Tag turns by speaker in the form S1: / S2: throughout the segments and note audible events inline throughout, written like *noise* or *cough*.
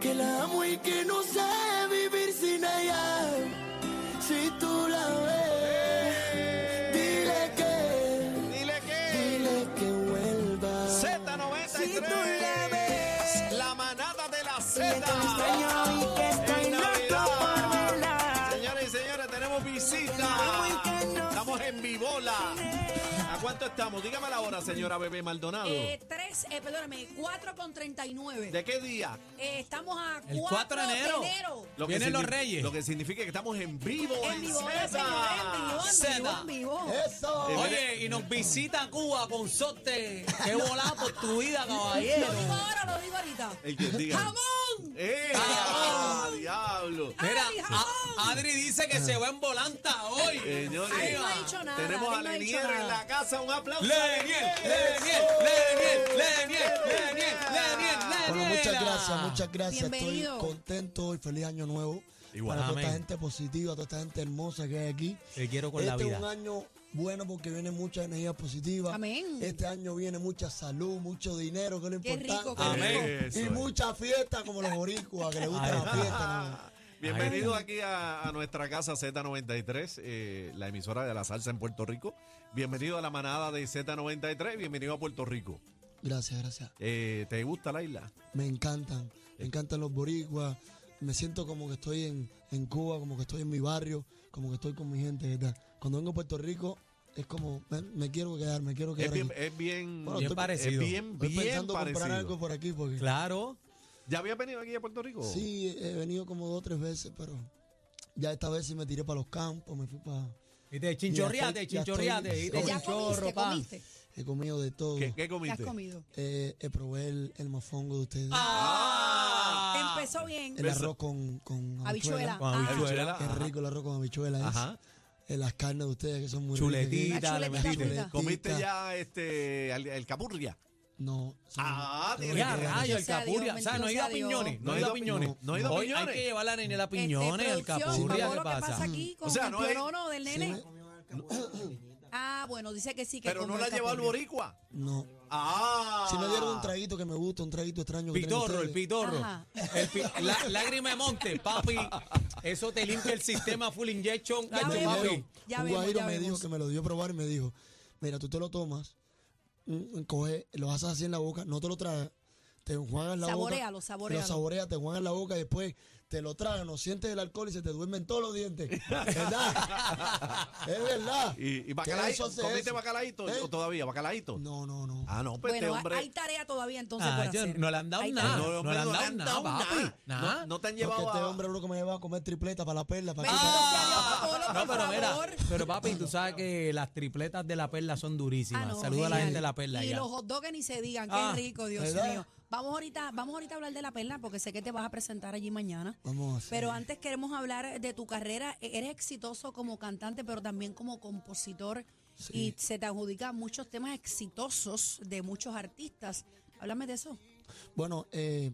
S1: que la amo y que no sé vivir sin ella. Si tú la ves, dile que,
S2: Dile que
S1: dile que vuelva.
S2: Z93
S1: Si tú la ves,
S2: La manada de la
S1: que
S2: Z
S1: te extraño y que estoy
S2: En
S1: loco por
S2: Navidad.
S1: verla.
S2: Señoras y señores, tenemos
S1: amo
S2: visita.
S1: y que no
S2: Estamos en Vivola. ¿A cuánto estamos? Dígame la hora, señora Bebé Maldonado.
S3: Eh, tres, eh, perdóname, 4 con 39.
S2: ¿De qué día?
S3: Eh, estamos a
S4: El
S3: 4 de enero.
S2: que
S4: Vienen los
S2: signi-
S4: Reyes.
S2: Lo que significa que estamos en vivo
S3: En
S2: en,
S3: vivo,
S2: Zeta.
S3: señores, en vivo, en vivo, en vivo.
S2: Eh,
S4: Oye, y nos visita Cuba con Sote. Qué volado por tu vida, caballero.
S3: Lo digo ahora, lo digo ahorita.
S2: El que diga.
S3: ¡Jamón!
S2: ¡Eh!
S4: Ah.
S2: ah, diablo!
S4: Mira,
S3: Ay,
S4: a-
S3: jamón.
S4: Adri dice que se va en volanta hoy.
S2: Señores,
S3: Ahí no ha dicho nada,
S2: tenemos
S3: ahí no
S2: a
S3: ha dicho
S2: Lenier en
S3: nada.
S2: la casa. Un aplauso. Eh,
S4: Leniel, Leniel, Leniel, Leniel, Leniel, Leniel, Leniel.
S1: Bueno, muchas gracias, muchas gracias.
S3: Bienvenido.
S1: Estoy contento y feliz año nuevo.
S4: Igual,
S1: Para toda
S4: amén.
S1: esta gente positiva, toda esta gente hermosa que hay aquí.
S4: Te quiero con
S1: este
S4: la vida.
S1: es un año bueno porque viene mucha energía positiva.
S3: Amén.
S1: Este año viene mucha salud, mucho dinero, que es lo
S3: Qué
S1: importante.
S3: rico, qué
S4: Amén.
S3: rico.
S2: Eso
S1: Y
S2: es.
S1: mucha fiesta como los boricuas, que les gusta la fiesta.
S2: Ah, Bienvenido aquí a, a nuestra casa Z93, eh, la emisora de la salsa en Puerto Rico. Bienvenido a la manada de Z93, bienvenido a Puerto Rico.
S1: ¿no? Gracias, gracias.
S2: Eh, ¿Te gusta la isla?
S1: Me encantan, me encantan los boricuas. Me siento como que estoy en, en Cuba, como que estoy en mi barrio, como que estoy con mi gente, ¿verdad? Cuando vengo a Puerto Rico es como, me, me quiero quedar, me quiero
S2: Es
S1: quedar.
S2: bien,
S1: aquí.
S2: es bien,
S1: Bueno,
S4: Bien
S1: estoy-
S4: parecido.
S2: es bien,
S1: Estoy
S2: bien
S1: pensando comprar algo
S2: parecido.
S1: por aquí porque
S4: Claro.
S2: ¿Ya había venido aquí a Puerto Rico?
S1: sí, he venido como dos o tres veces, pero ya esta vez sí me tiré para los campos, me fui para...
S4: Y te chinchorreate,
S1: Ya estoy- ya
S4: chinchorreate.
S1: estoy-
S4: Y
S1: Ya
S4: te chinchorro,
S3: comiste,
S4: pan.
S3: comiste.
S1: He comido de todo.
S2: ¿Qué, qué
S3: ¿Qué has
S2: comiste?
S3: comido?
S1: Eh, eh, probé el, el mofongo de ustedes.
S4: Ah.
S3: Empezó bien.
S1: el arroz con, con
S3: Habichuela. Ah.
S4: Con habichuela.
S1: Qué rico el arroz con habichuela. es.
S2: Ajá.
S1: Eh, las carnes de ustedes que son muy
S4: Chuletita,
S1: ricas.
S3: Una
S4: le
S3: chuletita
S4: metiste.
S3: frita.
S2: ¿Comiste ya este, al- el, capurria?
S1: No. son-
S2: Ah,
S1: son
S2: mira,
S1: muy
S4: Ya,
S1: ricas.
S4: rayo, el
S3: Bendito sea
S4: capurria. O
S3: Em- Dios,
S4: sea, no ha
S3: bendito
S4: ido
S3: sea
S4: a
S3: Dios.
S4: piñones. No
S2: No
S4: ha
S2: ha
S4: ido a
S2: ido-
S4: piñones.
S2: no ha ido a
S4: Hoy
S2: piñones.
S4: Hay que llevar a la nena a
S3: Este,
S4: piñones, al
S3: producción,
S4: capurria.
S3: papá,
S4: ¿Qué
S3: lo que pasa
S4: pasa?
S3: aquí con
S2: O sea, no
S3: el
S2: es-
S3: pionono del nene?
S1: Sí,
S3: Ah, bueno, dice que sí que
S2: Pero
S3: comió
S2: no la
S3: el
S2: llevó al
S3: capurria.
S2: boricua.
S1: No.
S2: Ah.
S1: Si me dieron un traguito que me gusta, un traguito extraño. que tienen
S4: Pitorro, el
S1: ustedes.
S4: pitorro.
S3: Ajá.
S4: El pi- la- lágrima de monte, papi. Eso te limpia el sistema full injection.
S3: Ya
S4: Hacho,
S1: Me
S3: vemos.
S4: papi.
S1: dieron-
S3: Ya
S1: un
S3: vemos,
S1: guajiro
S3: ya
S1: me dijo
S3: vemos.
S1: que me lo dio a probar y me dijo, mira, tú te lo tomas, mm, mm, coge, lo haces así en la boca, no te lo tragas, te enjuagas la
S3: Saboréalo,
S1: boca.
S3: saboréalo.
S1: Lo saboreas, te enjuagas la boca y después te lo tragas, no sientes el alcohol y se te duermen todos los dientes.
S2: *laughs*
S1: ¿Verdad? es verdad.
S2: ¿Y, y
S1: ¿Qué
S2: bacalaíto?
S1: eso hace
S2: ¿Comiste
S1: eso?
S2: bacalaíto?
S1: ¿Eh?
S2: ¿O todavía bacalaíto?
S1: No, no, no.
S2: Ah, no, pues este
S3: Bueno,
S2: hombre.
S3: hay tarea todavía entonces
S4: Ah,
S3: por
S4: yo-
S3: hacer.
S4: no le han dado
S3: Hay
S4: nada.
S3: tarea.
S4: No,
S2: hombre,
S4: le han dado nada, papi.
S2: No,
S4: Nada.
S2: no te han
S1: Porque
S2: llevado
S1: este
S2: a-
S1: hombre, bro, que me lleva a comer tripleta para la perla. Para
S3: Bendito
S1: que-
S3: sea Dios, Papolo,
S4: Ah. No,
S3: por
S4: pero mira,
S3: favor.
S4: pero papi, tú sabes que las tripletas de la perla son durísimas.
S3: Ah, no,
S4: Saluda a la
S3: genial.
S4: gente de la perla.
S3: Y
S4: allá.
S3: los hot dogs ni se digan,
S4: Ah,
S3: qué rico, Dios
S1: ¿verdad?
S3: mío. Vamos ahorita, vamos ahorita a hablar de la perla porque sé que te vas a presentar allí mañana.
S1: Vamos a hacer.
S3: Pero antes queremos hablar de tu carrera. E- Eres exitoso como cantante, pero también como compositor y se te adjudican muchos temas exitosos de muchos artistas. Háblame de eso.
S1: Bueno, eh,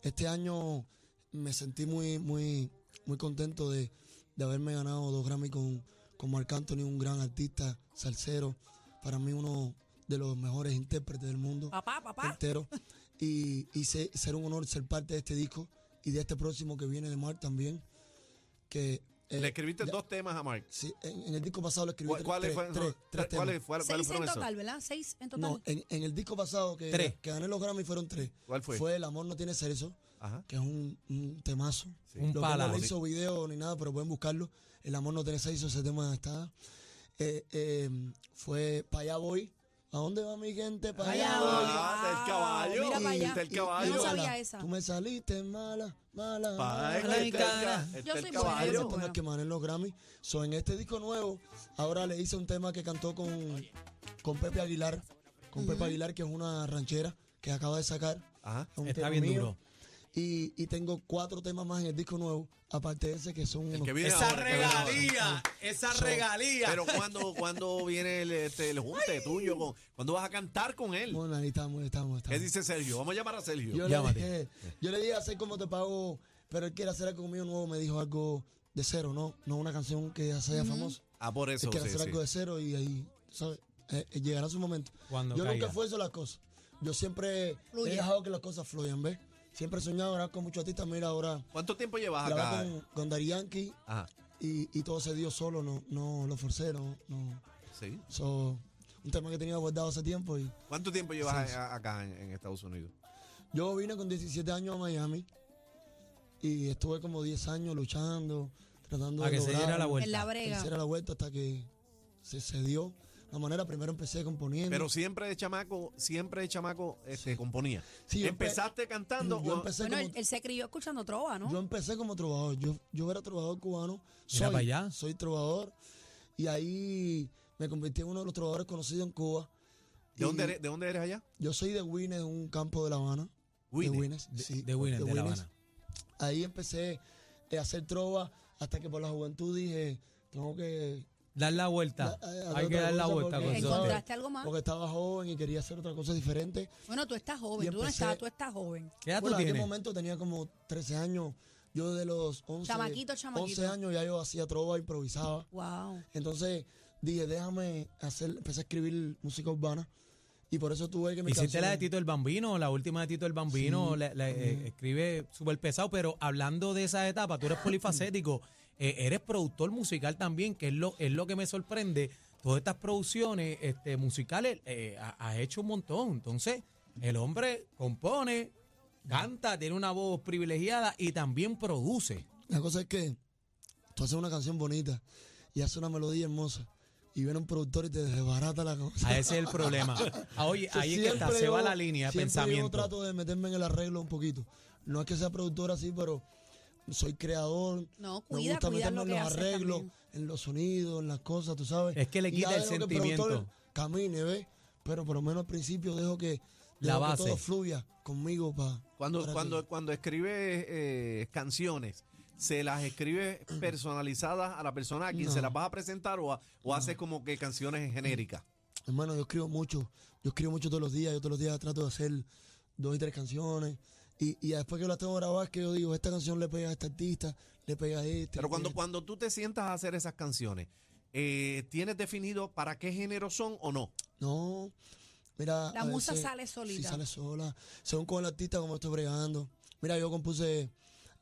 S1: este año me sentí muy, muy, muy contento de, de haberme ganado dos Grammy con, con Marc Anthony, un gran artista, salsero, para mí uno de los mejores intérpretes del mundo
S3: Papá, papá.
S4: Este,
S1: entero. Y, y se- ser un honor ser parte de este disco y de este próximo que viene de Marc también. Que, eh,
S2: Le escribiste
S1: ya-
S2: dos temas a Mark.
S1: sí, en, en el disco pasado le escribí
S2: ¿Cuál-
S1: tres-
S2: ¿Cuáles
S1: tres-
S2: fueron
S1: tres- tres temas.
S2: cuáles fueron- cuáles
S3: Seis en
S2: fueron esos?
S3: total, ¿verdad? Seis en total.
S1: No,
S4: eh,
S1: en, en el disco pasado que,
S4: Tres.
S1: que gané los Grammy fueron tres.
S2: ¿Cuál fue?
S1: Fue El Amor No Tiene Cerezo,
S2: Ajá.
S1: que es un, un temazo.
S4: Un
S1: Lo que
S4: pala.
S1: No le hizo video ni nada, pero pueden buscarlo. El Amor No Tiene Cerezo, ese tema está. Eh, eh, fue Pa' allá voy. ¿A dónde va mi gente? Pa' allá voy.
S2: Ah, del caballo,
S3: Mira para allá.
S2: del
S1: Y-
S2: caballo.
S1: y
S3: Yo no sabía
S1: mala.
S3: esa.
S1: Tú me saliste mala, mala.
S2: Pa-
S1: mala.
S2: este- este-
S4: cara.
S2: este-
S3: Yo
S2: el
S3: soy buena,
S1: Hay
S3: yo
S2: caballo.
S3: soy
S1: temas que gané en los Grammy. So, en este disco nuevo, ahora le hice un tema que cantó con, con Pepe Aguilar. Con Pepe Aguilar, que es una ranchera que acaba de sacar.
S2: Ajá.
S1: Es un
S4: Está
S1: tema
S4: bien
S1: mío.
S4: duro.
S1: Y, y tengo cuatro temas más en el disco nuevo, aparte de ese que son unos-
S2: que viene
S4: Esa
S2: ahora, que viene ahora.
S4: regalía, esa
S1: So,
S4: regalía.
S2: *laughs* Pero cuando, cuando viene el, este, el junte tuyo, con, cuando vas a cantar con él.
S1: Bueno, ahí estamos, ahí estamos, ahí
S2: ¿Qué
S1: estamos.
S2: dice Sergio? Vamos a llamar a Sergio.
S1: Yo le,
S4: Llámate.
S1: dije, yo le dije hacer como te pago, pero él quiere hacer algo mío nuevo, me dijo algo de cero, no, no una canción que ya sea famosa.
S2: ah, por
S1: Él
S2: eso.
S1: quiere
S2: sí,
S1: hacer
S2: sí.
S1: algo de cero y ahí, ¿sabes? Eh, eh, llegará su momento.
S4: Cuando
S1: yo
S4: caiga.
S1: nunca esfuerzo las cosas. Yo siempre
S3: Fluye.
S1: he dejado que las cosas fluyan, ¿ves? Siempre he soñado ahora con muchos artistas. Mira, ahora
S2: ¿Cuánto tiempo
S4: Ah,
S2: llevas
S1: grabé
S2: acá?
S1: con, con Daddy Yankee
S2: Ajá,
S1: y, y todo se dio solo, no, no lo forcé, no. no.
S2: sí.
S1: So, un tema que tenía guardado hace tiempo y
S2: ¿Cuánto tiempo llevas
S1: Sí, sí.
S2: a- acá en, en Estados Unidos?
S1: Yo vine con 17 años a Miami y estuve como 10 años luchando, tratando
S4: A
S1: de
S4: que se diera la
S1: lograrlo,
S3: En la
S4: vuelta.
S1: que se
S3: brega.
S1: diera la vuelta hasta que se, se dio la manera. Primero empecé componiendo.
S2: Pero siempre de chamaco, siempre de chamaco este,
S1: Sí.
S2: componía.
S1: Sí, yo empe-
S2: ¿Empezaste cantando?
S1: yo
S2: o-
S1: empecé,
S3: Bueno,
S1: como,
S3: él, él se crió escuchando trova, ¿no?
S1: yo empecé como trovador. Yo, yo era trovador cubano.
S4: Mira
S1: Soy,
S4: pa' allá.
S1: soy trovador. Y ahí me convertí en uno de los trovadores conocidos en Cuba. Y
S2: ¿de, dónde eres, ¿De dónde eres allá?
S1: Yo soy de Wines, un campo de La Habana.
S2: Winnie.
S1: De Wines.
S4: De,
S1: sí,
S4: de Winner, de, La
S1: Winnes.
S4: Habana.
S1: Ahí empecé eh, a hacer trova hasta que por la juventud dije, tengo que...
S4: Dar la vuelta.
S1: Da- eh, a- a-
S4: Ah, Hay que dar la
S1: otra
S4: vuelta,
S1: cosa, porque-
S4: Gonzalo.
S3: ¿Encontraste algo más?
S1: Porque estaba joven y quería hacer otra cosa diferente.
S3: Bueno, tú estás
S1: Y
S3: joven, tú no
S1: empecé-
S3: estás, tú estás joven.
S4: ¿Qué edad tú
S1: Bueno, en aquel
S4: tienes?
S1: momento tenía como 13 años. Yo de los 11,
S3: Chamaquito, chamaquito.
S1: 11 años ya yo hacía trova, improvisaba.
S3: Wow.
S1: Entonces dije, déjame hacer, empecé a escribir música urbana. Y por eso tuve que me
S4: Hiciste la de Tito el Bambino, la última de Tito el Bambino,
S1: Sí,
S4: la- la- eh,
S1: también.
S4: escribe súper pesado, pero hablando de esa etapa,
S1: *laughs*
S4: tú eres polifacético, eh, eres productor musical también, que es lo, es lo que me sorprende. Todas estas producciones este, musicales eh, ha, ha hecho un montón. Entonces, el hombre compone, canta, tiene una voz privilegiada y también produce.
S1: La cosa es que tú haces una canción bonita y haces una melodía hermosa. Y viene un productor y te desbarata la cosa.
S4: A ese es el problema. Ah,
S1: *laughs*
S4: oye,
S1: Entonces,
S4: ahí es que está,
S1: siempre
S4: se va
S1: yo-
S4: la línea de
S1: siempre
S4: pensamiento.
S1: Yo trato de meterme en el arreglo un poquito. No es que sea productor así, pero soy creador.
S3: No,
S1: me
S3: cuida,
S1: gusta
S3: cuida
S1: meterme
S3: lo
S1: en
S3: que
S1: los
S3: haces
S1: arreglos,
S3: también.
S1: en los sonidos, en las cosas, tú sabes.
S4: Es que le
S1: Y
S4: quita
S1: ya
S4: el
S1: dejo que
S4: sentimiento.
S1: productor camine, ¿ves. Pero por lo menos al principio dejo que,
S4: La
S1: dejo que
S4: base.
S1: todo fluya conmigo. Pa,
S2: Cuando,
S1: para que-
S2: cuando, cuando escribes eh, canciones, ¿se las
S1: *clears throat*
S2: escribes personalizadas a la persona a quien
S1: No.
S2: se las vas a presentar o, a- o haces como que canciones genéricas?
S1: Mm, Hermano, yo escribo mucho. Yo escribo mucho todos los días. Yo todos los días trato de hacer dos y tres canciones. Y, y después que las tengo grabadas, que yo digo, esta canción le pega a este artista, le pega a este.
S2: Pero
S1: le
S2: cuando,
S1: pega a
S2: cuando tú te sientas a hacer esas canciones, eh, ¿tienes definido para qué género son o no?
S1: este. No. Mira.
S3: La
S1: a
S3: musa
S1: veces-
S3: sale solita.
S1: Sí, sale sola. Según con el artista, como estoy bregando. Mira, yo compuse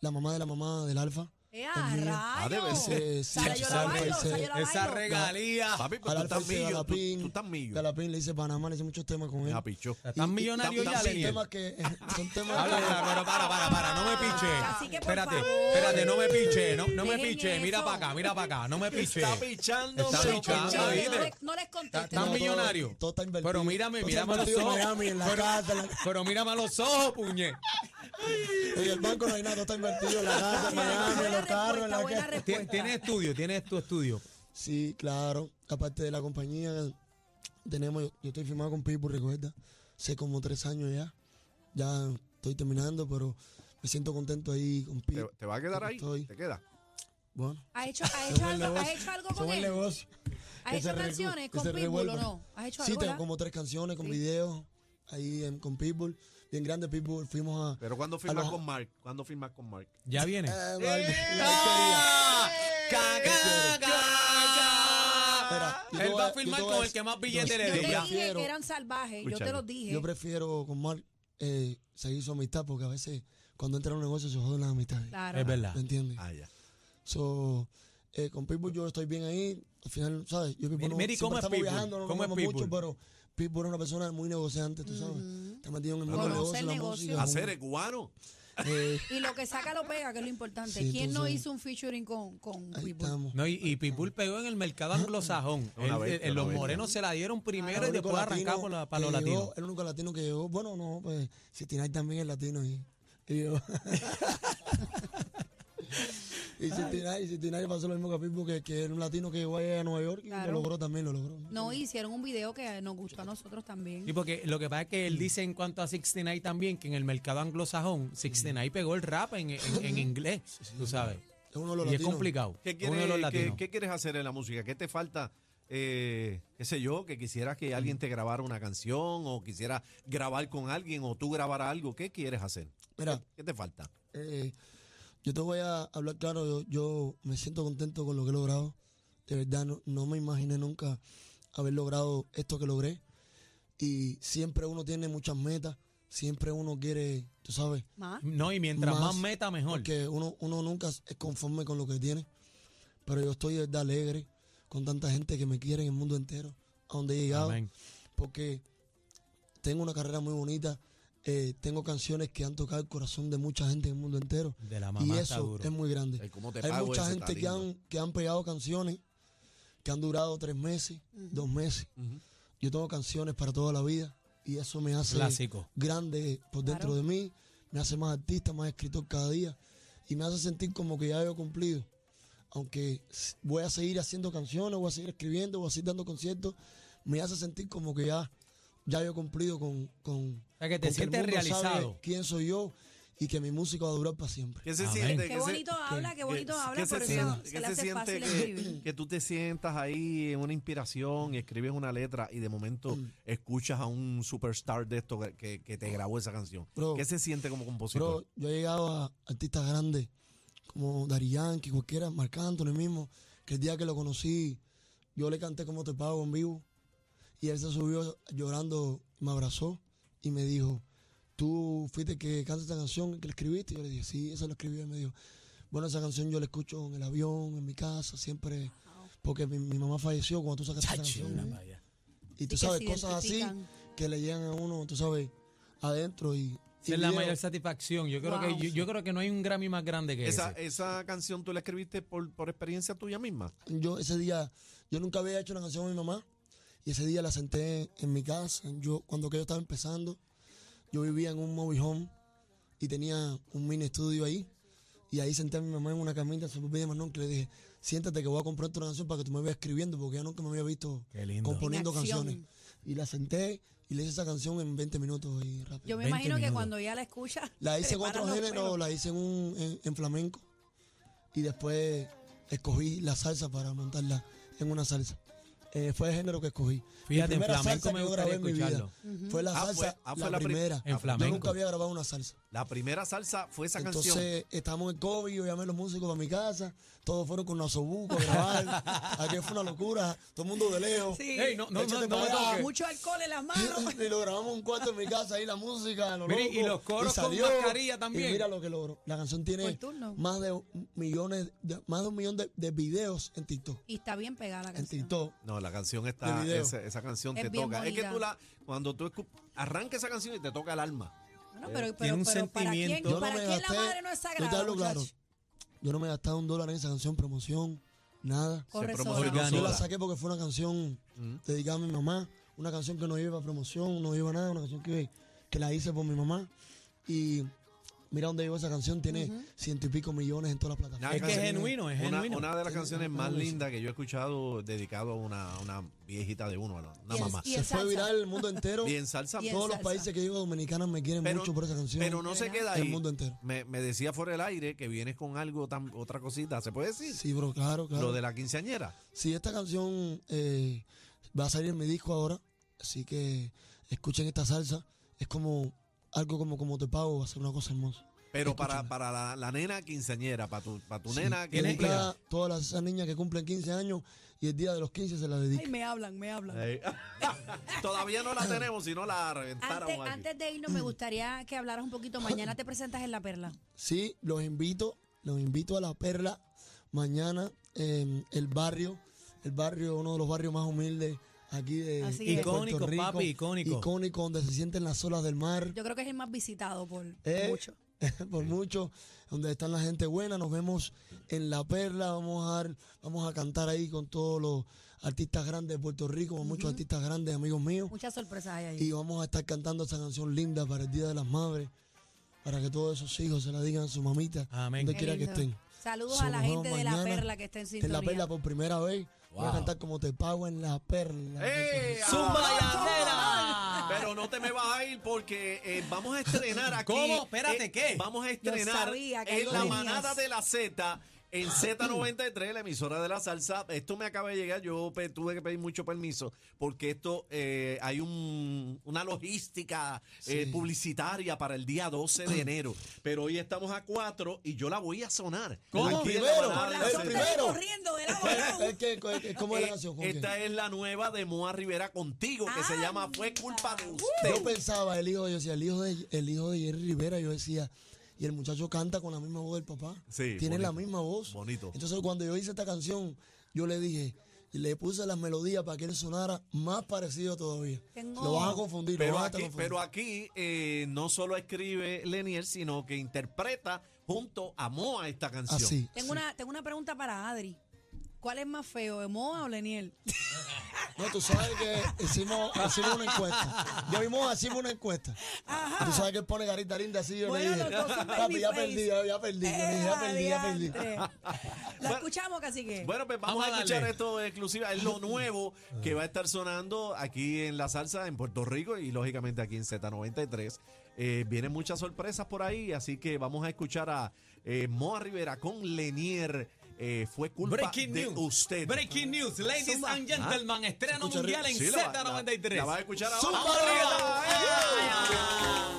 S1: La mamá de la mamá del Alfa.
S3: ¡Eh,
S1: Es mío.
S3: a
S2: Ah, debe
S3: rayos!
S1: ser, sí,
S3: Sale,
S1: sí,
S3: yo la
S1: sale,
S3: bailo,
S1: sí.
S3: sale, yo la
S4: Esa
S3: bailo.
S4: regalía.
S2: Papi, pues
S1: Al
S2: tú
S1: Alfa
S2: estás
S1: hice
S2: millo. Tú,
S1: Galapín.
S2: tú estás millo.
S1: Galapín le hice Panamá, le hice muchos temas con él.
S2: Ah, picho.
S4: ¿Estás millonario
S1: Y-
S4: ya,
S1: son
S4: Leniel?
S1: temas que eh,
S4: *laughs*
S1: Son temas
S4: Habla claro,
S1: que...
S4: pero para, para, para, no me pinche.
S3: Así que, por
S4: Espérate,
S3: favor.
S4: espérate, no me pinche, no, no me
S3: Dejen
S4: pinche, mira
S3: eso.
S4: para acá, mira para acá, no me pinche.
S2: Está pichando.
S4: Está
S2: pero-
S4: pichando,
S3: Chévere,
S4: ¿viste?
S3: no le- No les
S4: Estás
S3: contestes.
S4: estás
S1: todo-
S4: millonario.
S1: todo está invertido.
S4: Pero mírame,
S1: Todo está
S4: mírame a los
S1: invertido en
S4: ojos.
S1: Miami, en la
S4: pero,
S1: casa, en la-
S4: pero mírame a los ojos, puñe.
S1: En el banco no hay nada, todo está invertido. en La casa, en Miami, en
S3: Buena
S1: los carros, en
S3: respuesta,
S1: la
S3: buena
S1: que-
S4: Ti- Tienes estudio, tienes tu estudio.
S1: Sí, claro. Aparte de la compañía, tenemos, yo, yo estoy firmado con Pipo, recuerda. Hace como tres años ya. Ya estoy terminando, pero me siento contento ahí con
S2: ¿Te,
S1: Pipo.
S2: te va a quedar ahí?
S1: Estoy.
S2: ¿Te queda?
S1: Bueno.
S3: ¿Has hecho, has
S1: es
S3: hecho
S1: un
S3: algo, has
S1: negocio,
S3: hecho algo con
S1: somos el
S3: él?
S1: negocio.
S3: ¿Has
S1: que
S3: hecho
S1: se recu-
S3: canciones
S1: que
S3: con
S1: se
S3: Pitbull o
S1: revuelvan.
S3: no? ¿Has hecho
S1: Sí,
S3: algo?
S1: tengo
S3: ya?
S1: como tres canciones con
S3: Sí.
S1: videos ahí en- con Pitbull. Bien grande Pitbull. Fuimos a.
S4: Eh,
S2: Pero ¿cuándo firmas
S1: Aló.
S2: con Mark? ¿Cuándo firmas con Mark?
S4: Ya viene.
S1: Eh, vale, la alquería.
S4: ¡Ah! Ca, ca,
S1: Espera,
S4: ca, ca.
S1: yo te
S4: Él
S1: voy
S4: va
S1: a-
S4: a firmar
S1: yo te voy
S4: con
S1: a-
S4: el que más
S1: yo-
S4: billetes
S1: yo
S4: le
S3: Yo
S4: dé.
S3: te
S4: ya.
S3: dije
S1: prefiero-
S3: que eran salvajes, yo te
S2: Escúchalo.
S3: los dije.
S1: Yo prefiero con Mark eh, se hizo amistad porque a veces cuando entra a un negocio se joden las amistades.
S3: Claro.
S4: Es verdad.
S1: ¿Me entiendes?
S2: Ah, ya.
S1: So, eh, con Pitbull yo estoy bien ahí. Al final, ¿sabes? Yo y Pitbull no,
S4: Mira, ¿y
S1: siempre
S4: cómo es
S1: estamos
S4: Pitbull?
S1: viajando, no nos
S4: ¿Cómo es
S1: vemos
S4: Pitbull?
S1: mucho, pero Pitbull es una persona muy negociante, tú sabes. Está metido en el mismo
S2: Conoce
S1: negocio,
S3: el
S1: la
S3: negocio.
S1: música.
S2: Hacer es cubano.
S1: Eh,
S3: Y lo que saca lo pega, que es lo importante.
S1: Sí,
S3: ¿Quién no
S1: entonces-
S3: hizo un featuring con, con
S1: ahí
S3: Pitbull?
S1: estamos.
S4: No, y, y Pitbull pegó en el mercado anglosajón.
S2: Una
S4: Él-
S2: bestia,
S4: él- él-
S2: una
S4: los
S2: bestia.
S4: morenos se la dieron primero
S1: El
S4: y
S1: Ah, único
S4: después arrancaron
S1: latino
S4: para los
S1: que llegó,
S4: latinos.
S1: El único latino que llegó, bueno, no, pues Sitinay también es latino. Y,
S4: *laughs*
S1: y yo. y Sitinay, Sitinay pasó lo mismo que a Pitbull, que, que era un latino que llegó allá a Nueva York y
S3: Claro.
S1: lo logró también, lo logró.
S3: No, hicieron un video que nos gustó a nosotros también.
S4: Sí, porque lo que pasa es que él dice en cuanto a 69 también que en el mercado anglosajón, 69 pegó el rap en, en- en inglés, tú sabes.
S1: Es uno de los
S4: Y es
S1: latinos.
S4: complicado.
S2: ¿Qué
S4: uno de
S2: quieres,
S4: los
S2: qué-
S4: latinos.
S2: qué quieres hacer en la música? ¿Qué te falta? Eh, qué sé yo, que quisieras que
S1: Mm.
S2: alguien te grabara una canción o quisiera grabar con alguien o tú grabar algo. ¿Qué quieres hacer?
S1: Mira,
S2: ¿Qué te falta?
S1: eh, yo te voy a hablar claro, yo, yo me siento contento con lo que he logrado. De verdad, no, no me imaginé nunca haber logrado esto que logré. Y siempre uno tiene muchas metas, siempre uno quiere, tú sabes,
S3: Más.
S4: No, y mientras más,
S1: Más,
S4: meta, mejor.
S1: porque uno, uno nunca es conforme con lo que tiene. Pero yo estoy de verdad alegre con tanta gente que me quiere en el mundo entero, a donde he llegado.
S4: Amén.
S1: porque tengo una carrera muy bonita, eh, tengo canciones que han tocado el corazón de mucha gente en el mundo entero
S4: De la
S1: y
S4: mamá está
S1: eso
S4: duro.
S1: es muy grande.
S2: Ay, ¿Cómo te
S1: Hay
S2: pago
S1: mucha
S2: ese
S1: gente que
S2: talento?
S1: han, que han pegado canciones que han durado tres meses, dos meses.
S2: Ujú.
S1: Yo tengo canciones para toda la vida y eso me hace
S4: Clásico.
S1: grande por dentro
S3: Claro.
S1: de mí, me hace más artista, más escritor cada día y me hace sentir como que ya he cumplido. Aunque s- voy a seguir haciendo canciones, voy a seguir escribiendo, voy a seguir dando conciertos, me hace sentir como que ya, ya yo he cumplido con, con,
S4: sea, que te
S1: con
S4: sientes
S1: mundo sabe
S4: realizado.
S1: quién soy yo y que mi música va a durar para siempre.
S2: ¿Qué se
S4: Amén.
S2: siente?
S3: Qué
S2: que se-
S3: bonito habla, qué bonito
S2: que-
S3: habla,
S2: que se
S3: por eso
S2: siente-
S3: se
S2: que
S3: le
S2: se
S3: hace
S2: siente
S3: fácil
S2: que-
S3: escribir.
S2: Que tú te sientas ahí en una inspiración y escribes una letra y de momento
S1: Mm.
S2: escuchas a un superstar de esto que- que, que te grabó esa canción.
S1: Bro.
S2: ¿Qué se siente como
S1: Pero
S2: compositor?
S1: yo he llegado a artistas grandes como Dari Yankee, cualquiera, Marc Anthony mismo, que el día que lo conocí, yo le canté como te pago en vivo. Y él se subió llorando, me abrazó y me dijo, tú fuiste el que canta esta canción que la escribiste. Y yo le dije, sí, esa la escribí. Y me dijo, bueno, esa canción yo la escucho en el avión, en mi casa, siempre, porque mi, mi mamá falleció cuando tú sacaste esa
S4: Chacho,
S1: canción.
S4: una valla.
S1: Y tú
S3: que
S1: sabes,
S3: se
S1: cosas así
S3: identifican.
S1: que le llegan a uno, tú sabes, adentro y... y
S4: Esa es la
S1: viejo,
S4: mayor satisfacción. Yo creo,
S3: Wow.
S4: que, yo, yo creo que no hay un Grammy más grande que
S2: Esa,
S4: ese.
S2: esa canción tú la escribiste por, por experiencia tuya misma.
S1: yo ese día, yo nunca había hecho una canción a mi mamá y ese día la senté en mi casa. Yo, cuando que yo estaba empezando, yo vivía en un mobile home y tenía un mini estudio ahí. Y ahí senté a mi mamá en una camita, se me olvidó más nunca, y le dije, siéntate que voy a comprarte una canción para que tú me veas escribiendo, porque ya nunca me había visto
S4: Qué lindo.
S1: componiendo
S3: En acción.
S1: canciones. Y la senté y le hice esa canción en 20 minutos y rápido.
S3: Yo me
S4: 20
S3: imagino que
S4: minutos.
S3: cuando ya la escucha.
S1: La hice en
S3: prepara
S1: otro
S3: los
S1: género,
S3: pelos.
S1: la hice en, un, en, en flamenco. Y después escogí la salsa para montarla en una salsa. Eh, fue el género que escogí.
S4: Fíjate, en
S1: primera
S4: flamenco
S1: salsa
S4: me
S1: que yo grabé
S4: gustaría
S1: en mi vida.
S4: escucharlo.
S1: Fue la
S2: Ah,
S1: salsa,
S2: fue- ah, fue
S1: la,
S2: la prim-
S1: primera.
S4: En
S1: Yo
S4: flamenco.
S1: nunca había grabado una salsa.
S2: La primera salsa fue esa canción.
S1: Entonces, estábamos en el COVID, yo llamé a los músicos para mi casa, todos fueron con nosobuco a grabar, *laughs* aquí fue una locura, todo el mundo de lejos.
S3: Sí.
S4: Ey, no, no, no,
S1: Échate
S4: no me
S1: para allá.
S4: toques.
S3: Mucho alcohol en las manos.
S1: y lo grabamos en un cuarto en mi casa, ahí la música, lo
S4: Mira, y
S1: loco,
S4: los coros con
S1: salió,
S4: mascarilla también.
S1: Y mira lo que logró. La canción
S3: Por
S1: tiene
S3: turno.
S1: más de un- millones, de- más de un millón de, de videos en TikTok.
S3: Y está bien pegada la
S1: En
S3: canción.
S1: TikTok.
S2: No, la canción
S1: De
S2: está,
S1: video.
S2: esa, esa canción
S3: Es
S2: te
S3: bien
S2: toca. Es que
S3: bonita.
S2: tú la, cuando tú escu- arranca esa canción y te toca el alma.
S3: Bueno, pero, pero,
S4: Tiene un
S3: pero ¿para quién,
S4: sentimiento. Yo no
S3: para
S1: me
S3: quién
S1: gasté-
S3: la madre no es
S1: yo te
S3: sagrada?
S1: hablo claro.
S3: muchacho?
S1: Yo no me he gastado un dólar en esa canción, promoción, nada.
S3: Corre
S2: se
S3: sola.
S2: promocionó
S1: Yo la
S2: sola.
S1: saqué porque fue una canción
S4: Mm.
S1: dedicada a mi mamá, una canción que no lleva promoción, no lleva nada, una canción que, que la hice por mi mamá. Y mira dónde llegó esa canción, tiene ciento y pico millones en todas las
S2: Una
S1: plataformas.
S4: Es que es
S2: canción-
S4: genuino, es
S2: una-
S4: genuino.
S2: Una de las
S1: Tiene-
S2: canciones
S1: tiene
S2: más
S1: una
S2: lindas que yo he escuchado dedicado a una, una viejita de uno, a la- una
S3: Y el-
S2: mamá.
S3: y
S1: Se fue
S3: salsa.
S1: viral el mundo
S4: *laughs*
S1: entero.
S2: Bien salsa.
S3: y el-
S1: Todos los
S3: salsa.
S1: países que digo dominicanas me quieren mucho por esa canción.
S2: pero no se
S3: ¿Verdad?
S2: queda ahí.
S1: El mundo entero.
S2: Me, me decía fuera del aire que vienes con algo, tan, otra cosita. ¿Se puede decir?
S1: Sí, bro, claro, claro.
S2: Lo de la quinceañera.
S1: Sí, esta canción eh, va a salir en mi disco ahora, así que escuchen esta salsa. Es como algo como como te pago, va a ser una cosa hermosa.
S2: Pero para,
S1: Escúchala.
S2: para la, la nena quinceañera, para tu, para tu
S1: Sí,
S2: nena que
S1: le
S4: ¿Tienes
S1: dedica
S2: cumpla-
S4: idea?
S1: a todas las- esas niñas que cumplen 15 años y el día de los 15 se la
S3: Ay,
S1: dedico.
S3: me hablan, me hablan.
S4: Eh,
S2: Ahí. *laughs* Todavía no la tenemos, sino la reventaron.
S3: Antes,
S2: aquí.
S3: antes de irnos, me gustaría que hablaras un poquito. Mañana te presentas en La Perla.
S1: Sí, los invito, los invito a La Perla mañana en el barrio, el barrio, uno de los barrios más humildes aquí de,
S3: Así
S1: de
S3: es.
S1: Puerto
S4: Icónico,
S1: Rico.
S4: papi, icónico.
S1: Icónico, donde se sienten las olas del mar.
S3: Yo creo que es el más visitado por por
S1: Eh,
S3: mucho.
S1: *laughs* por mucho, donde están la gente buena. Nos vemos en La Perla. Vamos a, dar- vamos a cantar ahí con todos los artistas grandes de Puerto Rico, con muchos artistas grandes, amigos míos.
S3: Muchas sorpresas hay ahí.
S1: Y vamos a estar cantando esa canción linda para el Día de las Madres, para que todos esos hijos se la digan a su mamita,
S4: Amén.
S1: donde
S3: Qué
S1: quiera que
S3: lindo.
S1: estén.
S3: Saludos
S1: So,
S3: a la
S1: nos
S3: gente
S1: vemos
S3: de La
S1: mañana
S3: Perla que está en
S1: En
S3: sintonía.
S1: La Perla por primera vez. Voy a
S4: Wow.
S1: cantar como te pago en La Perla.
S2: ¡Ey!
S3: ¡Eh!
S4: ¡Zumba,
S2: Ah,
S4: Yandera!
S2: Pero no te me vas a ir porque eh, vamos a estrenar aquí.
S4: ¿Cómo? Espérate,
S2: eh,
S4: ¿qué?
S2: Vamos a estrenar
S3: sabía que
S2: en
S3: algo
S2: la
S3: tenías.
S2: manada de la Z En Z93, la emisora de la salsa, esto me acaba de llegar, yo pe- tuve que pedir mucho permiso, porque esto eh, hay un- una logística eh,
S1: Sí.
S2: publicitaria para el día 12
S4: Ah.
S2: de enero, pero hoy estamos a 4 y yo la voy a sonar.
S4: ¿Cómo?
S2: Aquí en la
S1: Primero,
S2: manada
S3: Por
S2: de
S1: el
S3: razón te vi
S1: primero.
S3: corriendo de la
S1: *laughs* Es que, es que- ¿Cómo es la
S2: Eh,
S1: canción? ¿Con
S2: esta
S1: quién?
S2: es la nueva de Moa Rivera contigo, que
S4: Ah,
S2: se llama Fue culpa
S1: Uh,
S2: de
S1: Yo
S2: usted.
S1: pensaba, el hijo, yo decía, el hijo, de, el hijo de Jerry Rivera, yo decía, y el muchacho canta con la misma voz del papá.
S2: Sí,
S1: Tiene la
S2: bonito,
S1: misma voz.
S2: bonito.
S1: Entonces, cuando yo hice esta canción, yo le dije, y le puse las melodías para que él sonara más parecido todavía.
S3: Tengo-
S1: Lo vas a confundir, lo
S2: Pero
S1: vas a
S2: aquí,
S1: confundir.
S2: pero aquí eh, no solo escribe Lenier, sino que interpreta junto a Moa esta canción.
S1: Así.
S3: Tengo,
S1: Ah, sí.
S3: una, tengo una pregunta para Adri. ¿Cuál es más feo, Emoa o Leniel?
S1: No, tú sabes que hicimos, hicimos una encuesta. Ya vimos, hicimos una encuesta.
S3: Ajá.
S1: Tú sabes que él pone carita linda así, yo
S3: Bueno,
S1: le
S3: los
S1: dije,
S3: dos son
S1: papi, ya
S3: babyface".
S1: perdí, ya, ya perdí, yo le dije, ya perdí, ya perdí.
S3: *laughs* Eh, adiante. La
S2: Bueno,
S3: escuchamos, cacique.
S2: Bueno, pues vamos,
S4: Vamos
S2: a
S4: a
S2: escuchar
S4: darle.
S2: esto exclusiva.
S1: Ah.
S2: Es lo nuevo que va a estar sonando aquí en La Salsa, en Puerto Rico y lógicamente aquí en Z93. Eh, vienen muchas sorpresas por ahí, así que vamos a escuchar a eh, Moa Rivera con Lenier. Eh, fue culpa
S4: Breaking
S2: de
S4: news.
S2: usted.
S4: Breaking news, ladies
S3: Zumba.
S4: and
S2: Ah,
S4: gentlemen, estreno
S1: escucha
S4: mundial en
S2: Sí, la va- la-
S4: Z93.
S2: La vas a escuchar ahora. ¡Ah!
S1: ¡Zumba,
S2: ¡Vamos,
S4: ¡Ah!
S1: Rivera!
S2: Rivera! ¡Eh!